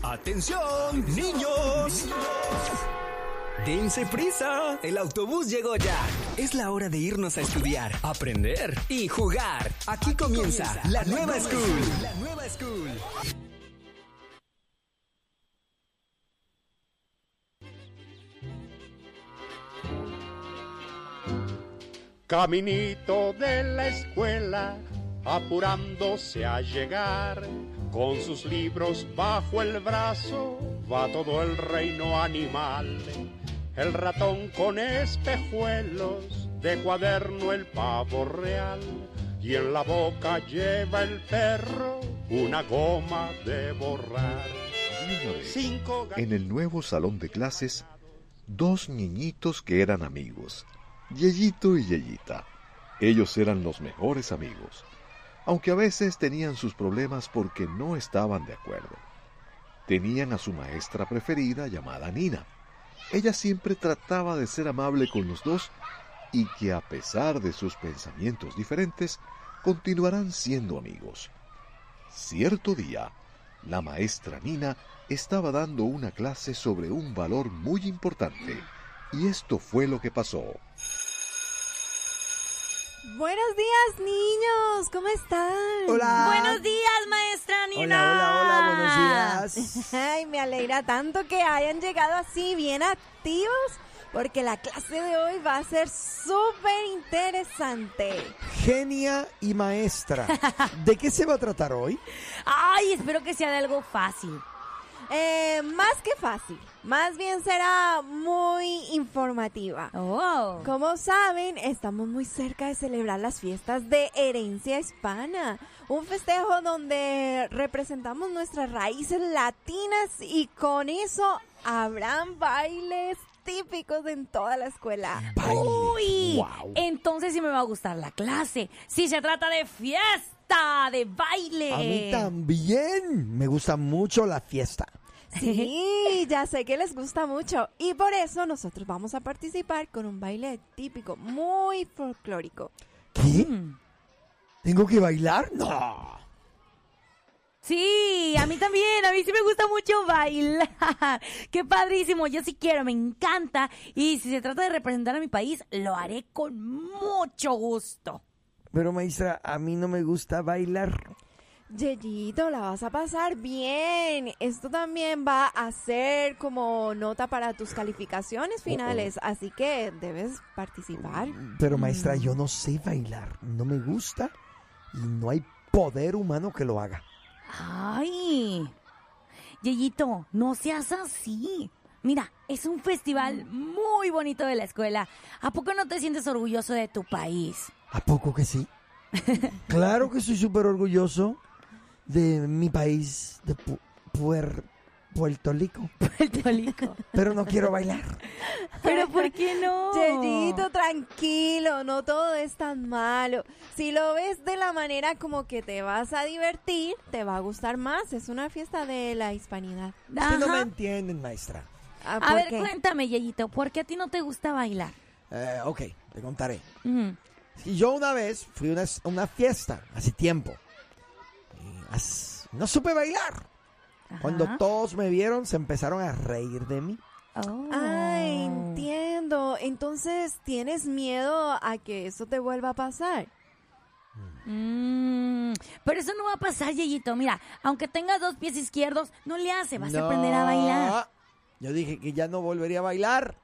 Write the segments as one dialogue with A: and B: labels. A: ¡Atención, niños! Dense prisa, el autobús llegó ya. Es la hora de irnos a estudiar, aprender y jugar. Aquí, comienza, la, nueva school. La nueva school.
B: Caminito de la escuela, apurándose a llegar, con sus libros bajo el brazo, va todo el reino animal. El ratón con espejuelos, de cuaderno el pavo real, y en la boca lleva el perro una goma de borrar. Cinco ga-
C: En el nuevo salón de clases, dos niñitos que eran amigos, Yeyito y Yeyita. Ellos eran los mejores amigos, aunque a veces tenían sus problemas porque no estaban de acuerdo. Tenían a su maestra preferida llamada Nina. Ella siempre trataba de ser amable con los dos y que a pesar de sus pensamientos diferentes, continuarán siendo amigos. Cierto día, la maestra Nina estaba dando una clase sobre un valor muy importante, y esto fue lo que pasó.
D: Buenos días, niños. ¿Cómo están?
E: Hola.
F: Buenos días, maestra Nina.
E: Hola, hola, hola, buenos días.
D: Ay, me alegra tanto que hayan llegado así bien activos, porque la clase de hoy va a ser súper interesante.
E: Genia y maestra. ¿De qué se va a tratar hoy?
F: Ay, espero que sea de algo fácil.
D: Eh, más que fácil, más bien será muy informativa.
F: Oh.
D: Como saben, estamos muy cerca de celebrar las fiestas de herencia hispana, un festejo donde representamos nuestras raíces latinas y con eso habrán bailes típicos en toda la escuela.
F: Uy.
E: Wow.
F: Entonces sí me va a gustar la clase. Si se trata de fiesta, de baile.
E: A mí también me gusta mucho la fiesta.
D: Sí, ya sé que les gusta mucho y por eso nosotros vamos a participar con un baile típico muy folclórico.
E: ¿Qué? ¿Tengo que bailar? No.
F: Sí, a mí también. A mí sí me gusta mucho bailar. Qué padrísimo. Yo sí quiero, me encanta. Y si se trata de representar a mi país, lo haré con mucho gusto.
E: Pero maestra, a mí no me gusta bailar.
D: Yeyito, la vas a pasar bien. Esto también va a ser como nota para tus calificaciones finales, así que debes participar.
E: Pero maestra, yo no sé bailar. No me gusta y no hay poder humano que lo haga.
F: Ay, Yeyito, no seas así. Mira, es un festival muy bonito de la escuela. ¿A poco no te sientes orgulloso de tu país?
E: ¿A poco que sí? claro que soy súper orgulloso de mi país, de Pu- Puer- Puerto Rico.
F: Puerto Rico.
E: Pero no quiero bailar.
F: ¿Pero por qué no?
D: Yeyito, tranquilo, no todo es tan malo. Si lo ves de la manera como que te vas a divertir, te va a gustar más. Es una fiesta de la hispanidad.
E: Que no me
F: Ajá.
E: entienden, maestra.
D: Ah,
F: A
D: ¿por
F: ver,
D: qué?
F: cuéntame, Yeyito, ¿por qué a ti no te gusta bailar?
E: Eh, ok, te contaré.
F: Mm.
E: Y yo una vez fui a una, a una fiesta, hace tiempo. Y as- no supe bailar.
F: Ajá.
E: Cuando todos me vieron, se empezaron a reír de mí.
F: Oh.
D: Ah, entiendo. Entonces, ¿tienes miedo a que eso te vuelva a pasar?
F: Mm, Pero eso no va a pasar, Yeyito. Mira, aunque tengas dos pies izquierdos, no le hace. Vas a aprender a bailar.
E: Yo dije que ya no volvería a bailar.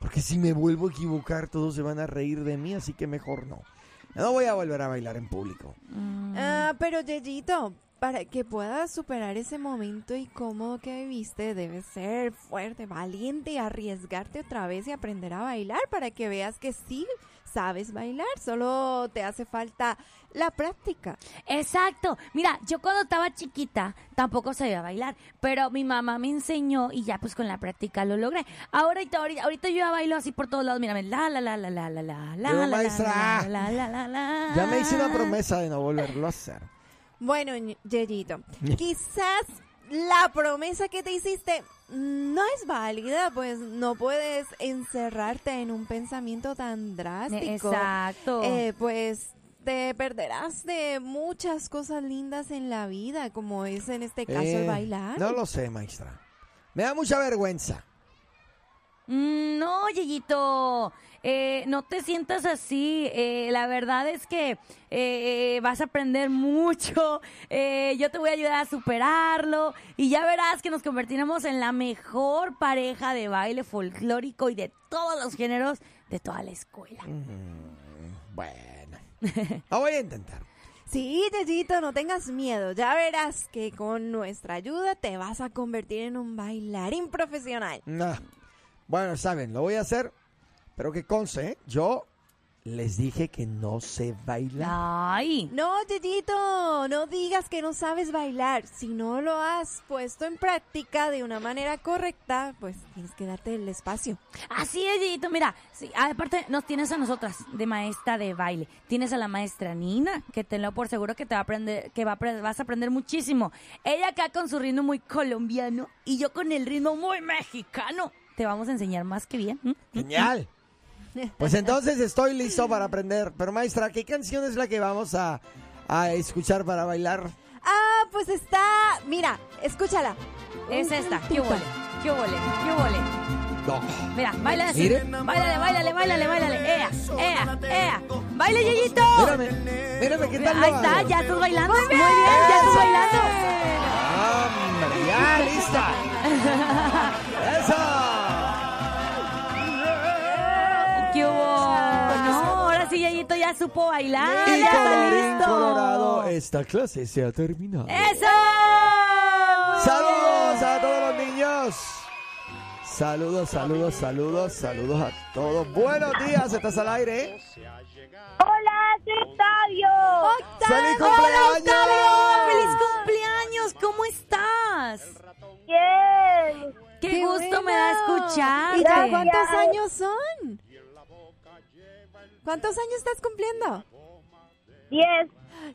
E: Porque si me vuelvo a equivocar, todos se van a reír de mí, así que mejor no. No voy a volver a bailar en público.
D: Ah, pero Yeyito, para que puedas superar ese momento incómodo que viviste, debes ser fuerte, valiente y arriesgarte otra vez y aprender a bailar para que veas que sí sabes bailar, solo te hace falta la práctica.
F: Exacto. Mira, yo cuando estaba chiquita tampoco sabía bailar, pero mi mamá me enseñó y ya pues con la práctica lo logré. Ahora ahorita, ahorita yo ya bailo así por todos lados. Mírame, la la la la la la la la
E: Yo,
F: la, la,
E: maestra.
F: la, la, la, la.
E: Ya me hice
F: Ah.
E: una promesa de no volverlo a hacer.
D: Bueno, Ñ- Yeyito, quizás la promesa que te hiciste no es válida, pues no puedes encerrarte en un pensamiento tan drástico.
F: Exacto.
D: Eh, pues te perderás de muchas cosas lindas en la vida, como es en este caso
E: Eh,
D: el bailar.
E: No lo sé, maestra. Me da mucha vergüenza.
F: Mm, No, Yeyito, eh, no te sientas así. eh, la verdad es que eh, vas a aprender mucho. eh, yo te voy a ayudar a superarlo. Y ya verás que nos convertiremos en la mejor pareja de baile folclórico y de todos los géneros de toda la escuela.
E: Bueno. La voy a intentar.
D: Sí, Yeyito, no tengas miedo. Ya verás que con nuestra ayuda te vas a convertir en un bailarín profesional.
E: Nah. Bueno, saben, lo voy a hacer. Pero que conste, ¿eh? yo les dije que no sé bailar.
F: Ay,
D: No, Yeyito, no digas que no sabes bailar. Si no lo has puesto en práctica de una manera correcta, pues tienes que darte el espacio.
F: así es, Yeyito. Mira, sí, aparte nos tienes a nosotras de maestra de baile. Tienes a la maestra Nina, que tenlo por seguro que te va a aprender, que va a apre- vas a aprender muchísimo. Ella acá con su ritmo muy colombiano y yo con el ritmo muy mexicano. Te vamos a enseñar más que bien. ¿m?
E: Genial. Pues entonces estoy listo para aprender. Pero maestra, ¿qué canción es la que vamos a, a escuchar para bailar?
D: Ah, pues está. Mira, escúchala.
F: Es
D: Un
F: esta.
D: puntito.
F: ¿Qué vole? ¿Qué vole? ¿Qué vole?
E: No.
F: Mira, baila así.
E: Mire.
F: Báilale, báilale, báilale, báilale. ¡Ea, ea, ea! ¡Baila, Yeyito!
E: Mírame, mírame qué tal. lo
F: Ahí está,
E: hago.
F: ya estás bailando. Muy bien, ya estás
E: Eso.
F: bailando.
E: ¡Hombre, ya lista!
F: Ah,
E: ¡Eso!
F: ¿Qué hubo? No, ahora sí Yayito ya supo bailar.
E: Y
F: ya está
E: colorín
F: listo.
E: colorado, esta clase se ha terminado.
F: ¡Eso!
E: ¡Saludos a todos los niños! Saludos, saludos, saludos, saludos a todos. Buenos días, estás al aire. ¿eh?
G: Hola, soy Octavio.
E: ¡Feliz cumpleaños!
F: ¡Hola, Octavio! ¡Feliz cumpleaños! ¿Cómo estás?
G: Bien.
F: ¡Qué, gusto me da
D: bueno!
F: escucharte!
D: ¿Y ya
G: Gracias.
D: cuántos años son? ¿Cuántos años estás cumpliendo?
G: Diez.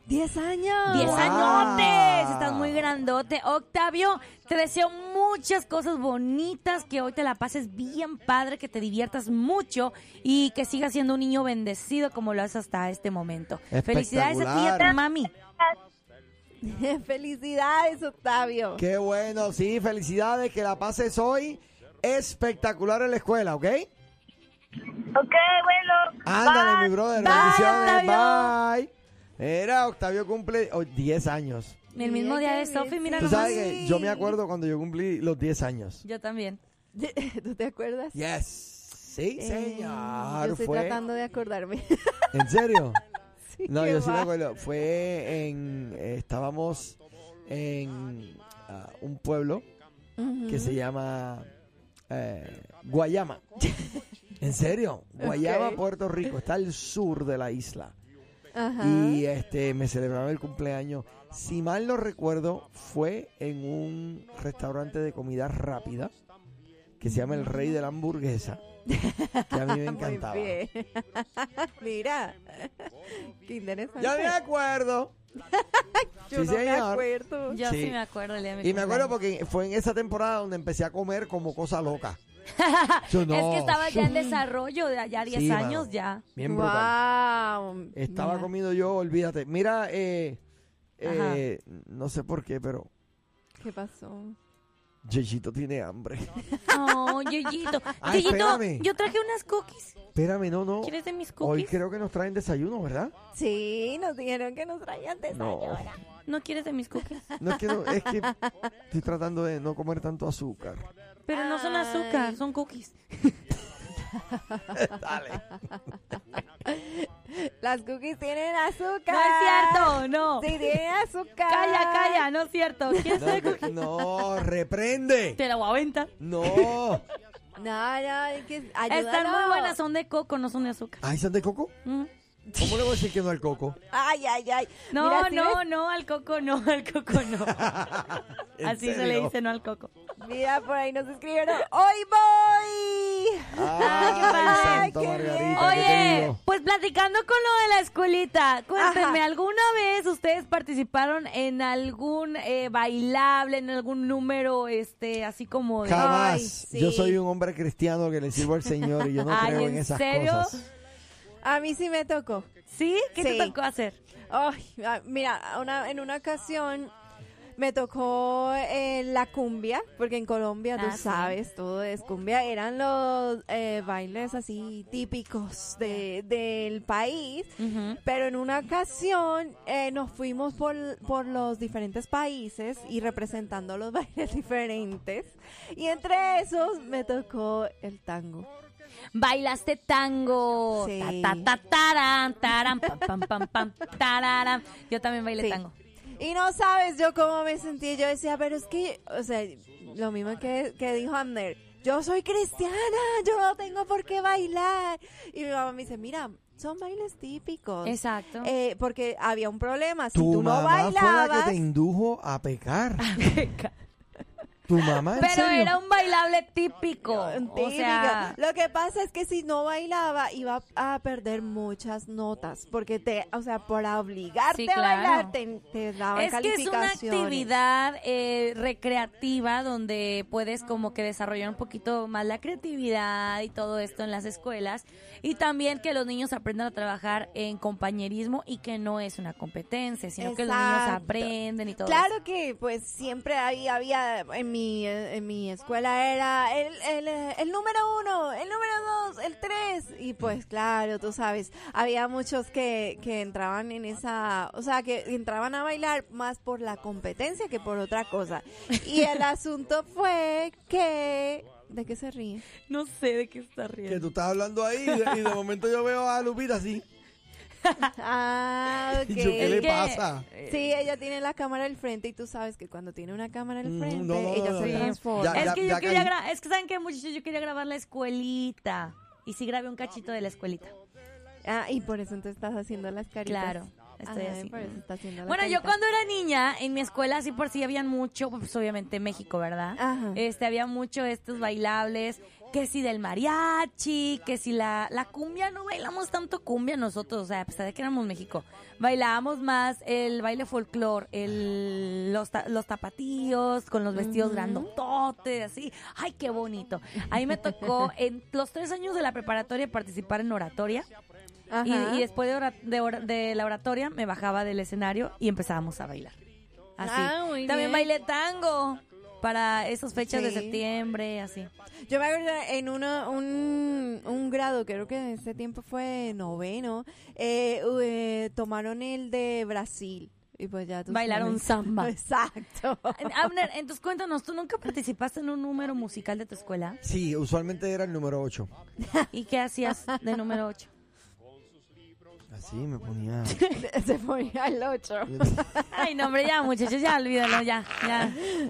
D: Diez años.
F: ¡Diez
E: Wow.
F: añotes! Estás muy grandote. Octavio, te deseo muchas cosas bonitas, que hoy te la pases bien padre, que te diviertas mucho y que sigas siendo un niño bendecido como lo has hasta este momento. Felicidades a ti y a
E: Espectacular.
F: tu mami.
D: Felicidades, Octavio.
E: Qué bueno, sí, felicidades, que la pases hoy espectacular en la escuela, ¿ok?
G: Ok, bueno.
E: Ándale, mi
G: bye.
E: brother,
F: Bye,
E: bendiciones,
F: Octavio.
E: bye. Era Octavio cumple oh, 10 años.
F: El mismo
D: Mira
F: día
D: qué
F: de Sofi,
D: bien.
F: mira
E: Tú
F: nomás.
E: sabes que yo me acuerdo cuando yo cumplí los 10 años.
F: Yo también.
D: ¿Tú te acuerdas?
E: Yes. Sí,
D: Eh,
E: señor.
D: Yo estoy
E: fue...
D: tratando de acordarme.
E: ¿En serio?
D: Sí,
E: No,
D: qué
E: yo sí me
D: va.
E: acuerdo. Fue en. eh, estábamos en ah, un pueblo
D: Ujú.
E: que se llama eh, Guayama. ¿En serio? Guayama,
D: Ok.
E: Puerto Rico. Está al sur de la isla.
D: Ajá.
E: Y este me celebraron el cumpleaños. Si mal no recuerdo, fue en un restaurante de comida rápida que se llama El Rey de la Hamburguesa. Que a mí me
D: Muy
E: encantaba.
D: bien. Mira. Qué interesante.
E: Yo me acuerdo.
D: Yo
E: sí,
D: no me
E: señor.
D: acuerdo.
F: Yo sí,
E: Sí.
F: me acuerdo el día de mi
E: Y me acuerdo
F: cumpleaños.
E: porque fue en esa temporada donde empecé a comer como cosa loca. Yo no.
F: Es que estaba ya en desarrollo de allá 10
E: Sí,
F: años
E: mano.
F: ya.
E: Bien brutal.
D: Wow.
E: Estaba
D: Mira.
E: comiendo yo, olvídate. Mira, eh, eh, no sé por qué, pero
D: ¿Qué pasó?
E: Yeyito tiene hambre.
F: Oh, Yoyito.
E: Ay,
F: Yoyito,
E: espérame.
F: yo traje unas cookies.
E: Espérame, no, no.
F: ¿Quieres de mis
E: Hoy
F: cookies?
E: creo que nos traen desayuno, ¿verdad?
D: Sí, nos dijeron que nos traían
E: No.
D: desayuno.
F: ¿No quieres de mis cookies?
E: No es que no, es que estoy tratando de no comer tanto azúcar.
F: Pero no son azúcar, son cookies.
E: Dale.
D: Las cookies tienen azúcar.
F: No es cierto, no.
D: Sí, tienen azúcar.
F: Calla, calla, no es cierto. ¿Quieres de cookies?
E: No, no, reprende.
F: Te la voy a aventar.
E: No.
D: No, no, hay que ayúdalo.
F: Están muy buenas, son de coco, no son de azúcar.
E: ¿Ay, son de coco?
F: Mm.
E: ¿Cómo le voy a decir que no al coco?
D: Ay, ay, ay.
F: No,
D: Mira, ¿sí
F: no,
D: ves?
F: no, al coco no, al coco no.
E: ¿En
F: Así se le
E: serio?
F: dice no al coco.
D: Mira, por ahí nos escribieron. ¡Hoy voy!
F: Ah,
E: Ay,
D: Ay,
E: Santa
D: qué
E: Margarita, ¿qué te
F: Oye,
E: digo?
F: pues platicando con lo de la escuelita, cuéntenme,
D: Ajá.
F: ¿alguna vez ustedes participaron en algún eh, bailable, en algún número, este, así como de...
E: Jamás.
D: Ay, sí.
E: Yo soy un hombre cristiano que le sirvo al Señor y yo no
F: Ay,
E: creo en,
F: ¿en
E: esas
F: serio?
E: cosas.
D: A mí sí me tocó.
F: ¿Sí? ¿Qué te
D: Sí.
F: tocó hacer?
D: Ay, ah, mira, una- en una ocasión me tocó eh, la cumbia, porque en Colombia,
F: Ah,
D: tú
F: sí.
D: sabes, todo es cumbia. Eran los eh, bailes así típicos de- del país.
F: Ujú.
D: Pero en una ocasión eh, nos fuimos por, por los diferentes países y representando los bailes diferentes. Y entre esos me tocó el tango.
F: Bailaste tango.
D: Sí.
F: Ta, ta, ta, taran, taran, pam, pam, pam, pam, tararam. Yo también bailé
D: Sí.
F: tango.
D: Y no sabes yo cómo me sentí. Yo decía, pero es que, o sea, lo mismo que, que dijo Amner. Yo soy cristiana, yo no tengo por qué bailar. Y mi mamá me dice, mira, son bailes típicos.
F: Exacto.
D: Eh, porque había un problema. Si
E: Tu
D: tú no
E: mamá fue la que
D: bailabas,
E: te indujo a pecar. Tu mamá, en
F: Pero
E: serio?
F: era un bailable típico. O
D: Típico.
F: sea,
D: lo que pasa es que si no bailaba iba a perder muchas notas porque te, o sea, por obligarte
F: Sí, claro.
D: a bailar te, te daban
F: es que es una
D: calificaciones.
F: actividad eh, recreativa donde puedes como que desarrollar un poquito más la creatividad y todo esto en las escuelas. Y también que los niños aprendan a trabajar en compañerismo y que no es una competencia, sino que los niños
D: Exacto.
F: aprenden y todo eso.
D: Claro que pues siempre había, había en mi en mi escuela era el, el, eh, el número uno, el número dos, el tres y pues claro, tú sabes, había muchos que, que entraban en esa, o sea, que entraban a bailar más por la competencia que por otra cosa. Y el asunto fue que ¿De qué se ríe?
F: No sé de qué está
E: Que
F: riendo.
E: tú estás hablando ahí y de, y de momento yo veo a Lupita así.
D: Ah,
E: Y yo, ¿qué
F: Es
E: le
D: ok.
F: que-
E: pasa?
D: Sí, ella tiene la cámara al frente y tú sabes que cuando tiene una cámara al
E: Mm,
D: frente,
E: no, no,
D: ella
E: no,
D: se
E: no.
D: transforma.
E: Ya-
F: es
E: ya-
F: que yo
E: ya
F: quería
E: caí.
F: gra- es que saben que muchachos yo quería grabar la escuelita. Y sí grabé un cachito de la escuelita.
D: Ah, y por eso entonces estás haciendo las caritas.
F: Claro. Estoy
D: Ajá,
F: así.
D: por eso está haciendo las
F: Bueno, yo
D: caritas.
F: cuando era niña, en mi escuela sí por sí habían mucho, pues obviamente en México, ¿verdad?
D: Ajá.
F: Este, había mucho estos bailables, que si del mariachi, que si la, la cumbia, no bailamos tanto cumbia nosotros, o sea, a pesar de que éramos México, bailábamos más el baile folclor, el, los, ta- los tapatíos, con los vestidos grandototes, así, ay, qué bonito. A mí me tocó en los tres años de la preparatoria participar en oratoria. Y,
D: Ajá.
F: y después de, ora- de, ora- de la oratoria me bajaba del escenario y empezábamos a bailar. Así.
D: Ah, muy bien.
F: También bailé tango para esas fechas de
D: Sí.
F: septiembre, así.
D: Yo me acuerdo en uno, un, un grado, creo que en ese tiempo fue noveno, eh, u- eh, tomaron el de Brasil. Y pues ya tú
F: Bailaron
D: sabes.
F: samba.
D: Exacto.
F: Abner, entonces cuéntanos, ¿tú nunca participaste en un número musical de tu escuela?
E: Sí, usualmente era el número 8.
F: ¿Y qué hacías de número 8?
E: Así me ponía.
D: Se ponía el ocho.
F: Ay, no, hombre, ya, muchachos, ya, olvídalo, ya, ya.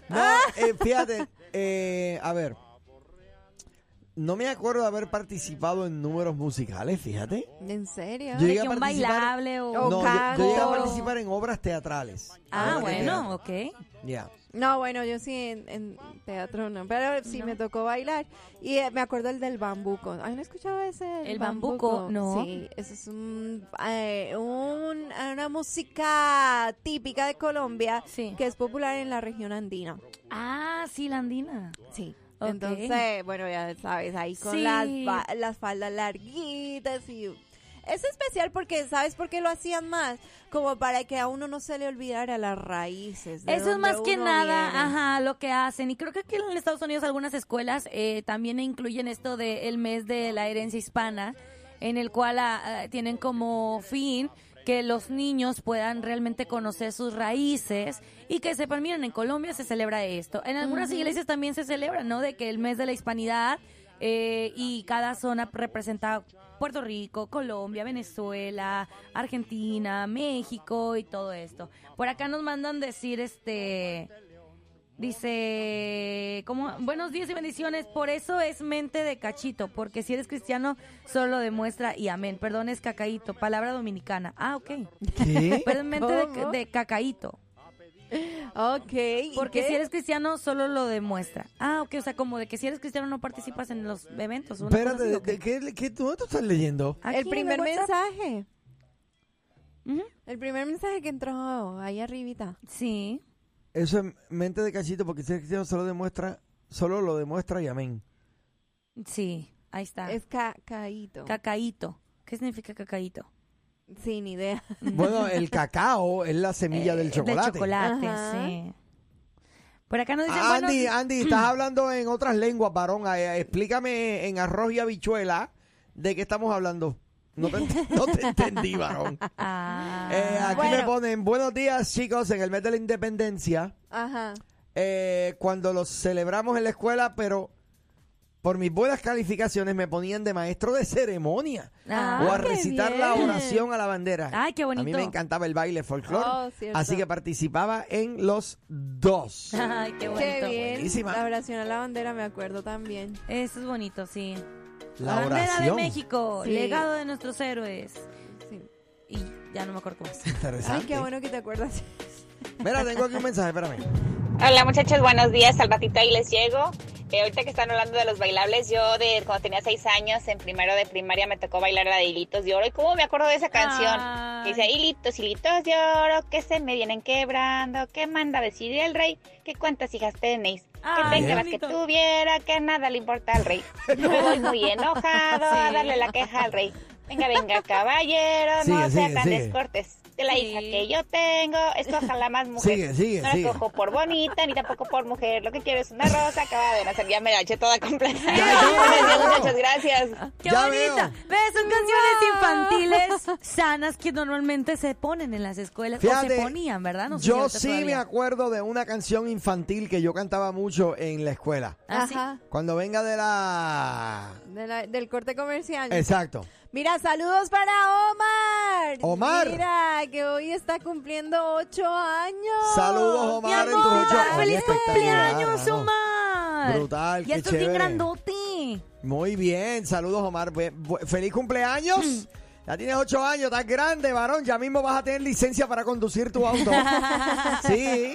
E: No, eh, fíjate, eh, a ver. No me acuerdo de haber participado en números musicales, fíjate.
D: ¿En serio?
E: Yo-
F: De
E: Llegué a
F: que un
E: participar-
F: bailable o...
D: Oh,
E: No, yo, yo llegué a
D: coro.
E: participar en obras teatrales.
F: Ah,
E: Obras de
F: bueno, ok.
E: teatro. Ya.
D: No, bueno, yo sí en, en teatro no, pero sí me tocó bailar. Y eh, me acuerdo el del bambuco. ¿Han escuchado ese? del
F: El bambuco, no.
D: Sí, eso es un, eh, un- una música típica de Colombia
F: Sí.
D: que es popular en la región andina.
F: Ah, sí, la andina.
D: Sí.
F: Ok.
D: Entonces, bueno, ya sabes, ahí con
F: Sí.
D: las, ba- las faldas larguitas y... Es especial porque, ¿sabes por qué lo hacían más? Como para que a uno no se le olvidara las raíces. pues, de
F: Eso es
D: donde
F: más que
D: uno
F: nada,
D: viene.
F: ajá, lo que hacen. Y creo que aquí en Estados Unidos algunas escuelas eh, también incluyen esto del mes de la herencia hispana, en el cual ah, ah, tienen como fin que los niños puedan realmente conocer sus raíces y que sepan, miren, en Colombia se celebra esto. En algunas iglesias también se celebra, ¿no? De que el mes de la hispanidad eh, y cada zona representa Puerto Rico, Colombia, Venezuela, Argentina, México y todo esto. Por acá nos mandan decir este dice como buenos días y bendiciones, por eso es mente de cachito, porque si eres cristiano solo demuestra y amén. Perdón, es cacaíto, palabra dominicana. Ah, ok.
E: ¿Qué?
F: Pero es mente de,
D: ¿Cómo?
F: de cacaíto,
D: Ok. ¿y
F: porque
D: qué?
F: si eres cristiano solo lo demuestra. Ah, ok, o sea, como de que si eres cristiano no participas en los eventos. una cosa
E: Espérate,
F: así,
E: ¿de,
F: ¿o
E: de qué, de qué- dónde tú estás leyendo?
F: Aquí en
D: el primer
F: WhatsApp.
D: mensaje.
F: Ujú.
D: El primer mensaje que entró ahí arribita.
F: Sí.
E: Eso es mente de cachito, porque si el cristiano solo demuestra, solo lo demuestra y amén.
F: Sí, ahí está.
D: Es cacaíto.
F: Cacaíto. ¿Qué significa cacaíto?
D: Sin idea.
E: Bueno, el cacao es la semilla Eh, del chocolate.
F: Eh, Del chocolate,
D: Ajá.
F: sí. Por acá nos dicen,
E: Ah,
F: buenos
E: Andy,
F: días.
E: Andy, estás hablando en otras lenguas, varón. Eh, Explícame en arroz y habichuela de qué estamos hablando. No te, no te entendí, varón.
F: Ah.
E: Eh, aquí me
D: Bueno.
E: ponen, buenos días, chicos, en el mes de la independencia.
D: Ajá.
E: eh, cuando los celebramos en la escuela, pero por mis buenas calificaciones me ponían de maestro de ceremonia
F: Ah,
E: o a
D: qué
E: recitar la
D: bien.
E: oración a la bandera.
F: Ay, qué
E: A mí
F: bonito.
E: me encantaba el baile folclor,
D: Oh, cierto.
E: así que participaba en los dos.
F: Ay, qué bonito.
D: Qué bien.
E: Buenísima.
D: La oración a la bandera me acuerdo también.
F: Eso es bonito, sí.
E: La
F: bandera
E: oración.
F: de México,
D: Sí.
F: legado de nuestros héroes.
D: Sí.
F: Y ya no me acuerdo cómo es.
E: Interesante.
D: Ay, qué bueno que te acuerdas.
E: Mira, tengo aquí un mensaje, espérame.
H: Hola muchachos, buenos días. Al ratito ahí les llego. Eh, ahorita que están hablando de los bailables, yo de cuando tenía seis años, en primero de primaria, me tocó bailar la de Hilitos de Oro. ¿Y cómo me acuerdo de esa canción? Que dice,
F: Ay.
H: hilitos, hilitos de oro, que se me vienen quebrando, que manda a decir el rey, que cuántas hijas tenéis, que
E: Ah,
F: Ay,
H: tenga las que
F: bonito.
H: tuviera, que nada le importa al rey. Yo voy muy enojado a
F: Sí.
H: darle la queja al rey. Venga, venga, caballero,
E: Sigue,
H: no sea
E: sigue,
H: tan
E: sigue.
H: descortés. De la
F: Sí.
H: hija que yo tengo, escoja la más mujer.
E: Sigue, sigue,
H: no
E: sigue.
H: la cojo por bonita, ni tampoco por mujer. Lo que quiero es una rosa acaba de nacer. Ya me la eché toda completa.
E: veo.
H: Muchas gracias.
F: ¡Qué
E: Ya
F: bonita!
E: veo.
F: ¿Ves? Son canciones infantiles sanas que normalmente se ponen en las escuelas. o
E: Fíjate,
F: se ponían, ¿verdad? Ah, No sé si
E: yo
F: ahorita
E: sí me
F: todavía.
E: acuerdo de una canción infantil que yo cantaba mucho en la escuela.
F: Ah, sí.
D: Ajá.
E: Cuando venga de la...
D: De la- del corte comercial.
E: Exacto.
D: Mira, saludos para Omar.
E: Omar.
D: Mira, que hoy está cumpliendo ocho años.
E: Saludos,
F: Mi
E: Omar, en tus
F: amor,
E: ocho-
F: Omar,
E: Oye,
F: feliz
E: espectacular,
F: cumpleaños,
E: ¿no?
F: Omar.
E: Brutal,
F: Ya
E: qué
F: estás bien
E: chévere.
F: grandote.
E: Muy bien, saludos Omar. Bu- bu- Feliz cumpleaños. Ya tienes ocho años, estás grande, varón. Ya mismo vas a tener licencia para conducir tu auto. sí.